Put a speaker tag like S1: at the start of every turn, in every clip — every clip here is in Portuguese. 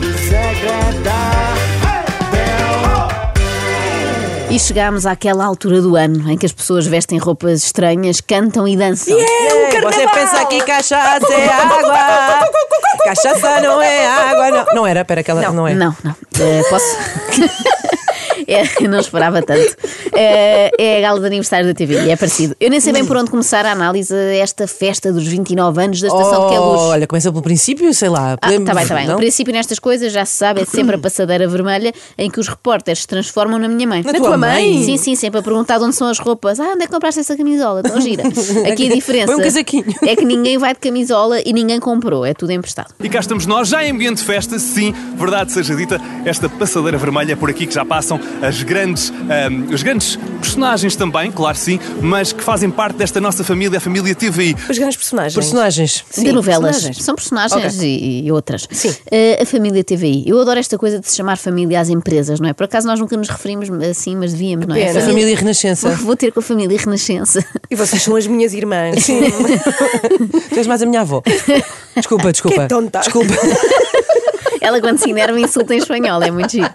S1: desagradável.
S2: E chegámos àquela altura do ano em que as pessoas vestem roupas estranhas, cantam e dançam.
S3: Você pensa que cachaça é água. Cachaça não é água. Não, não era, pera, aquela não, é.
S2: Não, não. Eh, posso. É, não esperava tanto. Eh, é a gala de aniversário da TV, é parecido. Eu nem sei bem por onde começar a análise a esta festa dos 29 anos da Estação de
S3: Oh,
S2: Queluz.
S3: olha, começa pelo princípio, sei lá.
S2: é Ah,
S3: podemos-
S2: tá bem, tá bem.
S3: não?
S2: O princípio nestas coisas, já se sabe, é sempre a passadeira vermelha em que os repórteres se transformam na minha mãe.
S3: Na tua mãe?
S2: Sim, sim, sempre a perguntar de onde são as roupas. Ah, onde é que compraste essa camisola? Então gira. Aqui a diferença
S3: Põe um casaquinho.
S2: é que ninguém vai de camisola e ninguém comprou, é tudo emprestado.
S4: E cá estamos nós, já em ambiente de festa, sim, verdade seja dita, esta passadeira vermelha é por aqui que já passam as grandes, ahm, os grandes personagens também, claro sim, mas que fazem parte desta nossa família, a família TVI.
S5: Os grandes personagens.
S3: Personagens.
S2: de novelas.
S5: personagens.
S2: São personagens e, e outras.
S5: Sim.
S2: Eh, a família TVI. Eu adoro esta coisa de se chamar família às empresas, não é? Por acaso nós nunca nos referimos assim, mas devíamos, não é?
S5: Pena.
S3: A família Renascença.
S2: Vou, vou ter com a família Renascença.
S5: E vocês são as minhas irmãs.
S3: Tu és mais a minha avó. Desculpa, desculpa.
S5: Que tonta.
S3: Desculpa.
S2: Ela, quando se enerva, insulta em espanhol, é muito giro.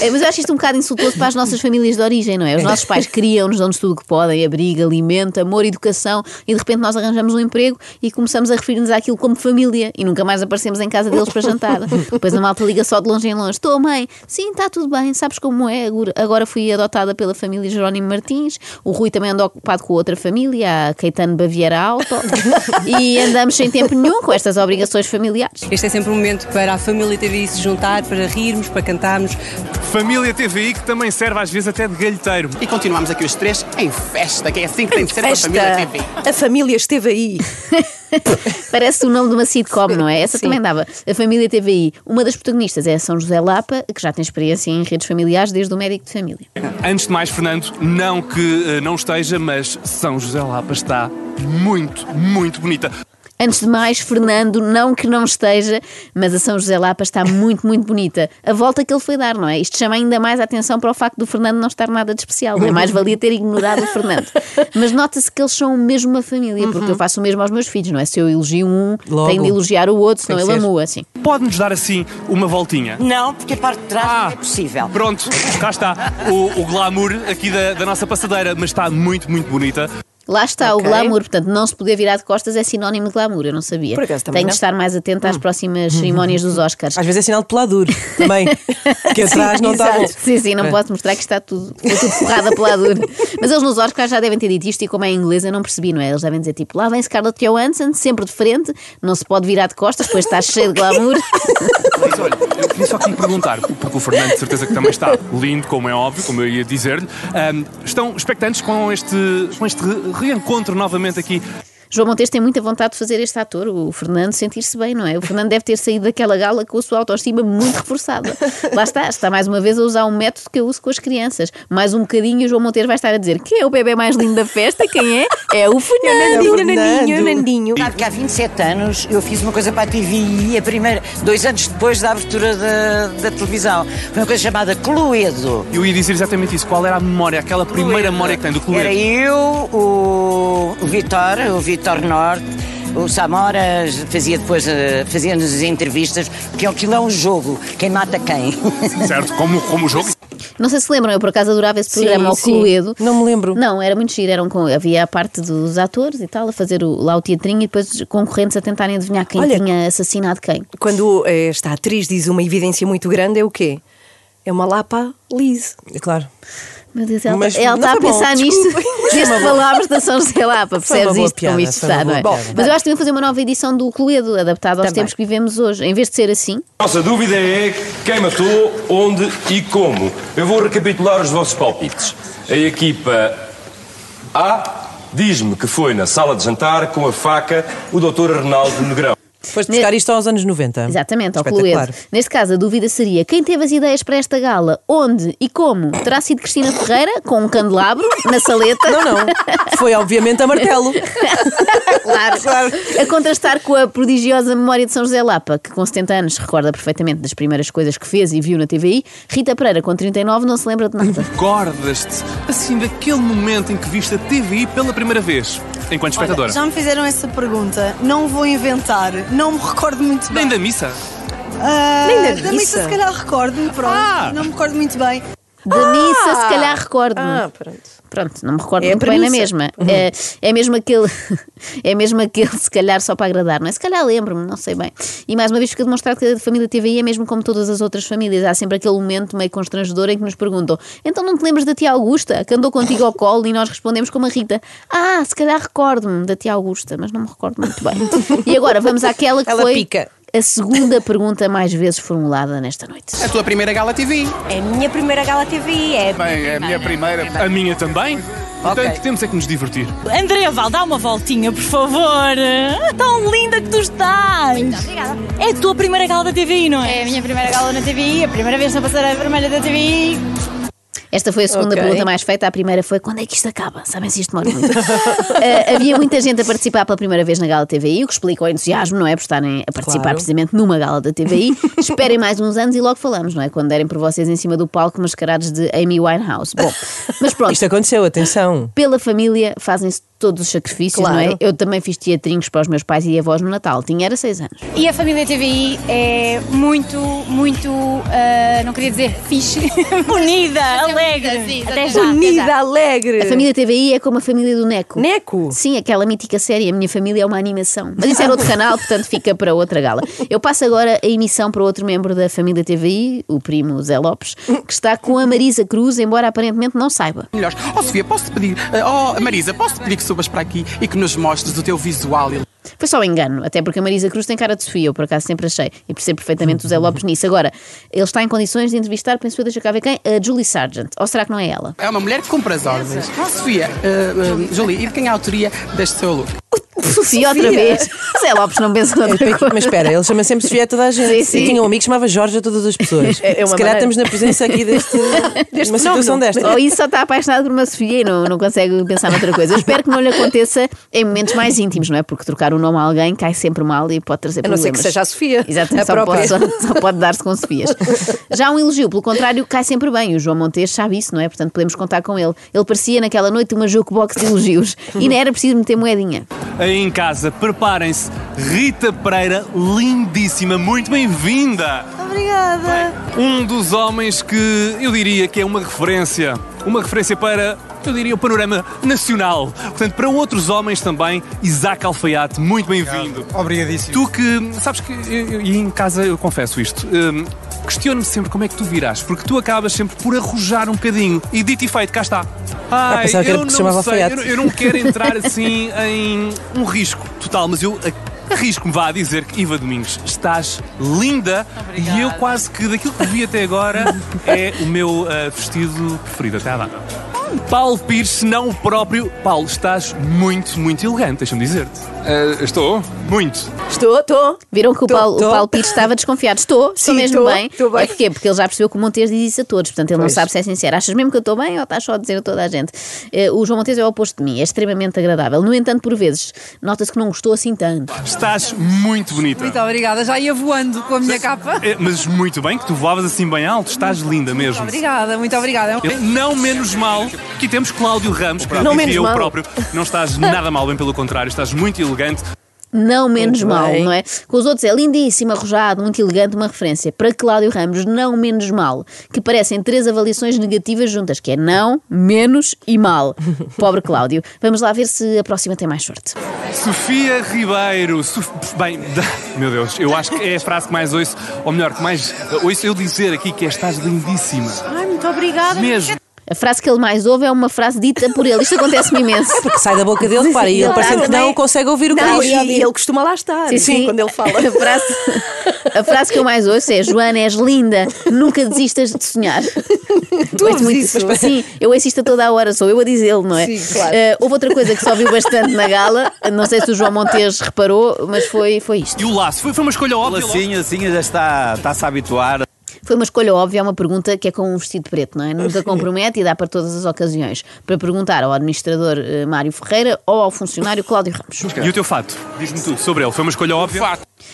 S2: Eh, Mas eu acho isto um bocado insultoso para as nossas famílias de origem, não é? Os nossos pais criam-nos, dão-nos tudo o que podem, abrigo, alimento, amor, educação, e de repente nós arranjamos um emprego e começamos a referir-nos àquilo como família e nunca mais aparecemos em casa deles para jantar. Depois a malta liga só de longe em longe: Estou, mãe, sim, está tudo bem, sabes como é? Agora- Agora fui adotada pela família Jerónimo Martins, o Rui também anda ocupado com outra família, a Caetano Baviera Alto, e andamos sem tempo nenhum com estas obrigações familiares.
S6: Este é sempre um momento para a família TVI se juntar, para rirmos, para cantarmos.
S4: Família TVI que também serve às vezes até de galheteiro.
S7: E continuamos aqui os três em festa, que é assim que tem de ser
S5: Festa.
S7: com a família TV.
S5: A família esteve aí.
S2: Parece o nome de uma sitcom, não é? Essa também dava. A família TVI. Uma das protagonistas é a São José Lapa, que já tem experiência em redes familiares desde o médico de família.
S4: Antes de mais, Fernando, não que eh, não esteja, mas São José Lapa está muito, muito bonita.
S2: Antes de mais, Fernando, não que não esteja, mas a São José Lapa está muito, muito bonita. A volta que ele foi dar, não é? Isto chama ainda mais a atenção para o facto do Fernando não estar nada de especial. Não é mais valia ter ignorado o Fernando. Mas nota-se que eles são mesmo uma família, porque eu faço o mesmo aos meus filhos, não é? Se eu elogio um,
S3: Uhum. Logo.
S2: tenho de elogiar o outro, senão
S3: Tem
S2: ele
S3: que ser.
S2: amua, assim.
S4: Pode-nos dar assim uma voltinha?
S8: Não, porque a parte de trás
S4: Ah,
S8: não é possível.
S4: Pronto, cá está o, o glamour aqui da, da nossa passadeira, mas está muito, muito bonita.
S2: Lá está o
S5: Ok.
S2: glamour, portanto, não se poder virar de costas é sinónimo de glamour, eu não sabia.
S5: Por acaso também
S2: Tenho de
S5: não. Hum. Ah,
S2: estar mais atenta às próximas cerimónias dos Oscars.
S3: Às vezes é sinal de peladuro também. Que atrás não
S5: tá
S3: está bom.
S2: Sim, sim,
S5: É.
S2: não posso mostrar que está tudo, foi tudo forrada pela dura. Mas eles nos Oscars já devem ter dito isto e como é em inglês eu não percebi, não é? Eles devem dizer tipo, lá vem Scarlett Johansson, sempre de frente, não se pode virar de costas, depois está cheio de glamour.
S4: Mas olha, eu queria só que me perguntar, porque o Fernando de certeza que também está lindo, como é óbvio, como eu ia dizer-lhe. Ahm, estão expectantes com este, com este re- reencontro novamente aqui?
S2: João Montes tem muita vontade de fazer este ator, o Fernando, sentir-se bem, não é? O Fernando deve ter saído daquela gala com a sua autoestima muito reforçada. Lá está, está mais uma vez a usar um método que eu uso com as crianças. Mais um bocadinho e o João Montes vai estar a dizer: quem é o bebê mais lindo da festa? Quem é? É o Fernando!
S5: Nandinho,
S3: Fernando.
S5: Nandinho, Nandinho.
S8: Sabe que há 27 anos eu fiz uma coisa para a TVI, a primeira, dois anos depois da abertura da, da televisão. Foi uma coisa chamada Cluedo.
S4: Eu ia dizer exatamente isso. Qual era a memória, aquela primeira memória que tem do
S8: Era
S4: clube?
S8: eu, o, o Vitor, o Vitor Norte, o Samoras, fazia depois, eh, fazia-nos as entrevistas, porque aquilo é um jogo, quem mata quem.
S4: Certo? Como, como o jogo?
S2: Não sei se lembram, eu por acaso adorava esse
S5: Sim,
S2: programa,
S5: sim.
S2: o Cluedo.
S3: Não me lembro.
S2: Não, era muito giro, eram com- havia a parte dos atores e tal, a fazer o- lá o teatrinho e depois os concorrentes a tentarem adivinhar quem
S5: Olha-
S2: tinha assassinado quem.
S5: Quando eh, esta atriz diz uma evidência muito grande, é o quê? É uma lapa lise.
S3: É Claro.
S2: Meu Deus, ela, tá,
S3: Mas
S2: ela
S3: não
S2: está a
S3: foi bom,
S2: pensar nisto
S3: desculpa.
S2: desde que falámos da São José Lapa,
S3: Foi uma
S2: percebes
S3: boa
S2: isto como
S3: piada,
S2: isto
S3: foi uma
S2: está, não
S3: boa
S2: é?
S3: piada.
S2: Mas eu acho que deviam fazer uma nova edição do Cluedo, adaptada aos
S5: Também.
S2: tempos que vivemos hoje. Em vez de ser assim,
S9: Nossa dúvida é quem matou, onde e como. Eu vou recapitular os vossos palpites. A equipa A diz-me que foi na sala de jantar com a faca o Dr. Arnaldo Negrão.
S3: Foste buscar isto aos anos 90.
S2: Exatamente, ao Cluedo.
S3: Espetacular.
S2: Neste caso, a dúvida seria quem teve as ideias para esta gala, onde e como? Terá sido Cristina Ferreira, com um candelabro na saleta?
S3: Não, não. Foi obviamente a martelo.
S2: claro. A contrastar com a prodigiosa memória de São José Lapa, que com 70 anos se recorda perfeitamente das primeiras coisas que fez e viu na TVI, Rita Pereira, com 39, não se lembra de nada.
S4: Recordas-te, assim, daquele momento em que viste a TVI pela primeira vez, enquanto espectadora?
S6: Olha, já me fizeram essa pergunta, não vou inventar, não me recordo muito bem.
S4: Nem da missa?
S6: Ah,
S5: Nem da missa?
S6: se calhar recordo-me, pronto.
S4: Ah!
S6: Não me recordo muito bem.
S2: Da missa, se calhar recordo-me.
S5: Ah, pronto.
S2: Pronto, não me recordo
S5: É a
S2: muito bem na
S5: premissa.
S2: mesma. É, é mesmo aquele, é mesmo aquele, se calhar, só para agradar, não é? Se calhar lembro-me, não sei bem. E mais uma vez fica demonstrado que a família TVI é mesmo como todas as outras famílias. Há sempre aquele momento meio constrangedor em que nos perguntam: então não te lembras da tia Augusta, que andou contigo ao colo? E nós respondemos como a Rita: ah, se calhar recordo-me da tia Augusta, mas não me recordo muito bem. e agora vamos àquela que
S3: Ela
S2: foi.
S3: pica.
S2: A segunda pergunta mais vezes formulada nesta noite.
S7: A tua primeira gala TV.
S6: É a minha primeira gala TV, é
S10: Bem, é a minha primeira.
S4: A minha também? Portanto, temos é que nos divertir.
S10: Andréa Val, dá uma voltinha, por favor. Ah, Tão linda que tu estás. Muito obrigada. É a tua primeira gala da TVI, não é? É a minha primeira gala na TVI, a primeira vez na passadeira vermelha da TVI.
S2: Esta foi a segunda
S5: Ok.
S2: pergunta mais feita. A primeira foi quando é que isto acaba? Sabem se isto demora muito. Eh, havia muita gente a participar pela primeira vez na Gala TVI, o que explica o entusiasmo, não é? Por estarem a participar
S3: Claro.
S2: precisamente numa Gala da TVI. Esperem mais uns anos e logo falamos, não é? Quando derem por vocês em cima do palco mascarados de Amy Winehouse. Bom, mas pronto.
S3: Isto aconteceu, atenção.
S2: Pela família fazem-se todos os sacrifícios,
S5: Claro.
S2: não é? Eu também fiz teatrinhos para os meus pais e avós no Natal. Tinha era seis anos.
S10: E a família TVI é muito, muito, ah, não queria dizer fixe. Unida, alegre. Até já.
S5: Unida, alegre.
S2: A família TVI é como a família do Neco.
S5: Eh. Neco.
S2: Sim, aquela mítica série, A Minha Família é uma animação. Mas isso era outro canal, portanto fica para outra gala. Eu passo agora a emissão para outro membro da família TVI, o primo Zé Lopes, que está com a Marisa Cruz, embora aparentemente não saiba.
S7: Melhores. Oh, Sofia, posso-te pedir... eh, Oh, Marisa, posso-te pedir que subas para aqui e que nos mostres o teu visual?
S2: Foi só um engano, até porque a Marisa Cruz tem cara de Sofia, eu por acaso sempre achei, e percebo perfeitamente o Zé Lopes nisso. Agora, ele está em condições de entrevistar, penso eu, deixa cá ver quem? A Julie Sargent. Ou será que não é ela?
S7: É uma mulher que cumpre as ordens. Oh, Sofia, eh, eh, Julie, e de quem é a autoria deste seu look?
S2: Sofia, outra vez. Zé Lopes não pensa noutra coisa.
S3: Mas espera, ele chama sempre Sofia a toda a
S2: Sim,
S3: gente.
S2: sim.
S3: E tinha um amigo que chamava Jorge a todas as pessoas.
S5: É- é uma
S3: Se calhar
S5: maneira.
S3: estamos na presença aqui deste, deste uma situação desta.
S2: Ou isso só está apaixonado por uma Sofia e não, não consegue pensar noutra coisa. Eu espero que não lhe aconteça em momentos mais íntimos, não é? Porque trocar o nome a alguém cai sempre mal e pode trazer
S5: A não
S2: problemas.
S5: ser que seja a Sofia,
S2: Exatamente,
S5: a
S2: só pode,
S5: própria.
S2: só, só pode dar-se com Sofias. Já um elogio, pelo contrário, cai sempre bem. O João Montes sabe isso, não é? Portanto, podemos contar com ele. Ele parecia naquela noite uma jukebox de elogios e não era preciso meter moedinha.
S4: Aí em casa, preparem-se. Rita Pereira, lindíssima, muito bem-vinda.
S6: Obrigada.
S4: Um dos homens que eu diria que é uma referência. Uma referência para, eu diria, o panorama nacional. Portanto, para outros homens também, Isaac Alfaiate, muito bem-vindo.
S1: Obrigadíssimo.
S4: Tu que, sabes que, eu- eu- e em casa eu confesso isto, hum, questiono-me sempre como é que tu virás, porque tu acabas sempre por arrojar um bocadinho. E dito e feito, cá está. Ai,
S3: Ah, pensava que era porque se chamava
S4: sei, eu,
S3: alfaiate.
S4: não- eu não quero entrar assim em um risco total, mas eu arrisco-me vá a dizer que Iva Domingos, estás linda e eu quase que daquilo que vi até agora é o meu ah, vestido preferido até à data. Paulo Pires, se não o próprio. Paulo, estás muito, muito elegante, deixa-me dizer-te.
S10: Eh, estou?
S4: Muito.
S5: Estou, estou.
S2: Viram que o
S5: Tô,
S2: Paulo, o
S5: tô.
S2: Paulo Pires estava desconfiado. Estou, estou
S5: Sim,
S2: mesmo
S5: tô,
S2: bem.
S5: tô bem.
S2: É porque Porque ele já percebeu que o Montes diz isso a todos. Portanto, ele
S5: Pois.
S2: não sabe se é sincero. Achas mesmo que eu estou bem ou estás só a dizer a toda a gente? Eh, o João Montes é o oposto de mim. É extremamente agradável. No entanto, por vezes, nota-se que não gostou assim tanto.
S4: Estás muito bonita.
S10: Muito obrigada, já ia voando com a minha capa.
S4: É, mas muito bem que tu voavas assim bem alto, estás linda mesmo.
S10: Obrigada, muito obrigada.
S4: Eu- Não menos mal que temos Cláudio Ramos, que
S5: Não
S4: dizia
S5: menos
S4: eu
S5: mal.
S4: próprio. Não estás nada mal, bem pelo contrário, estás muito elegante.
S2: Não menos
S5: Muito
S2: mal,
S5: bem.
S2: não é? Com os outros é lindíssimo, arrojado, muito elegante, uma referência. Para Cláudio Ramos, não menos mal. Que parecem três avaliações negativas juntas, que é não, menos e mal. Pobre Cláudio. Vamos lá ver se a próxima tem mais sorte.
S4: Sofia Ribeiro. Sof- Bem, da- meu Deus, eu acho que é a frase que mais ouço, ou melhor, que mais ouço eu dizer aqui que é estás lindíssima.
S6: Ai, muito obrigada.
S4: Mesmo.
S2: A frase que ele mais ouve é uma frase dita por ele. Isto acontece-me imenso.
S5: É
S11: Porque sai da boca dele, para, e ele parecendo que não consegue ouvir o que
S5: Não,
S11: diz.
S5: e, e ele costuma lá estar,
S2: Sim, sim.
S5: quando ele fala.
S2: A frase, a frase que eu mais ouço é Joana, és linda, nunca desistas de sonhar. Tu
S5: ouves isso?
S2: Sim, eu assisto a toda a hora, sou eu a dizê-lo, não é?
S5: Sim, claro.
S2: Eh, houve outra coisa que só viu bastante na gala, não sei se o João Montes reparou, mas foi, foi isto.
S12: E o laço? Foi, uma escolha óbvia? O lacinho, assim, já está, está -se a habituar.
S2: Foi uma escolha óbvia, é uma pergunta que é com um vestido preto, não é? Nunca compromete e dá para todas as ocasiões. Para perguntar ao administrador eh, Mário Ferreira ou ao funcionário Cláudio Ramos.
S4: E o teu fato? Diz-me tu sobre ele. Foi uma escolha óbvia?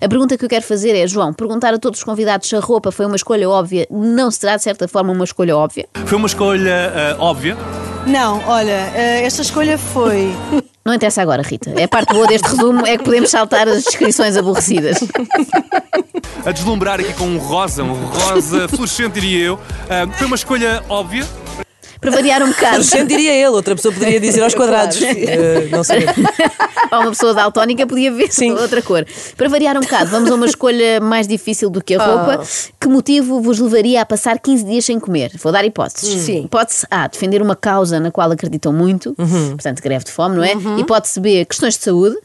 S2: A pergunta que eu quero fazer é, João, perguntar a todos os convidados se a roupa foi uma escolha óbvia, não será de certa forma uma escolha óbvia?
S4: Foi uma escolha ah, óbvia?
S6: Não, olha, eh, esta escolha foi.
S2: Não interessa agora, Rita. É a parte boa deste resumo é que podemos saltar as descrições aborrecidas.
S4: A deslumbrar aqui com um rosa, um rosa fluorescente, diria eu. Ah, foi uma escolha óbvia?
S2: Para variar um bocado.
S11: Fluorescente diria ele, outra pessoa poderia dizer
S5: É
S11: aos quadrados. Eh, não sei.
S2: Ou uma pessoa daltónica podia ver outra cor. Para variar um bocado, vamos a uma escolha mais difícil do que
S11: Ah.
S2: a roupa. Que motivo vos levaria a passar 15 dias sem comer? Vou dar
S11: Hum.
S2: hipóteses.
S5: Sim.
S2: Hipótese A, defender uma causa na qual acreditam muito,
S11: Uhum.
S2: portanto, greve de fome, não é?
S5: Uhum.
S2: Hipótese B, questões de saúde.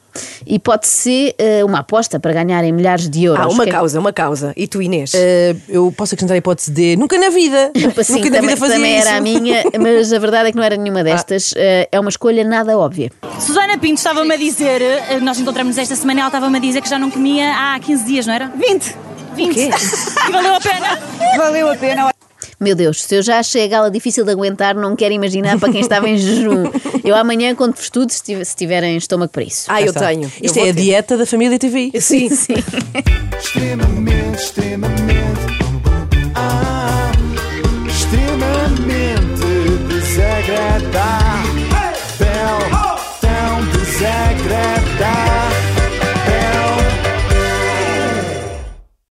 S2: Hipótese C, eh, uma aposta para ganharem milhares de euros.
S5: Ah, uma
S2: Que- é
S5: causa, uma causa. E tu, Inês?
S11: Eh, eu posso acrescentar a hipótese de nunca na vida.
S2: Sim,
S11: nunca na
S2: assim, também,
S11: vida fazia
S2: Tipo também
S11: isso.
S2: era a minha, mas a verdade é que não era nenhuma destas. Eh, é uma escolha nada óbvia.
S10: Susana Pinto estava-me a dizer, eh, nós encontramos esta semana, ela estava-me a dizer que já não comia há 15 dias, não era? 20! 20! E valeu a pena!
S6: Valeu a pena.
S2: Meu Deus, se eu já achei a gala difícil de aguentar, não quero imaginar para quem estava em jejum. Eu amanhã conto-vos tudo se tiv- se tiverem estômago para isso.
S11: Ah, eu Cá está. tenho.
S2: é
S11: Isto Eu é vou a ter. dieta da família TV.
S2: Sim, sim.
S1: extremamente, Ah, extremamente.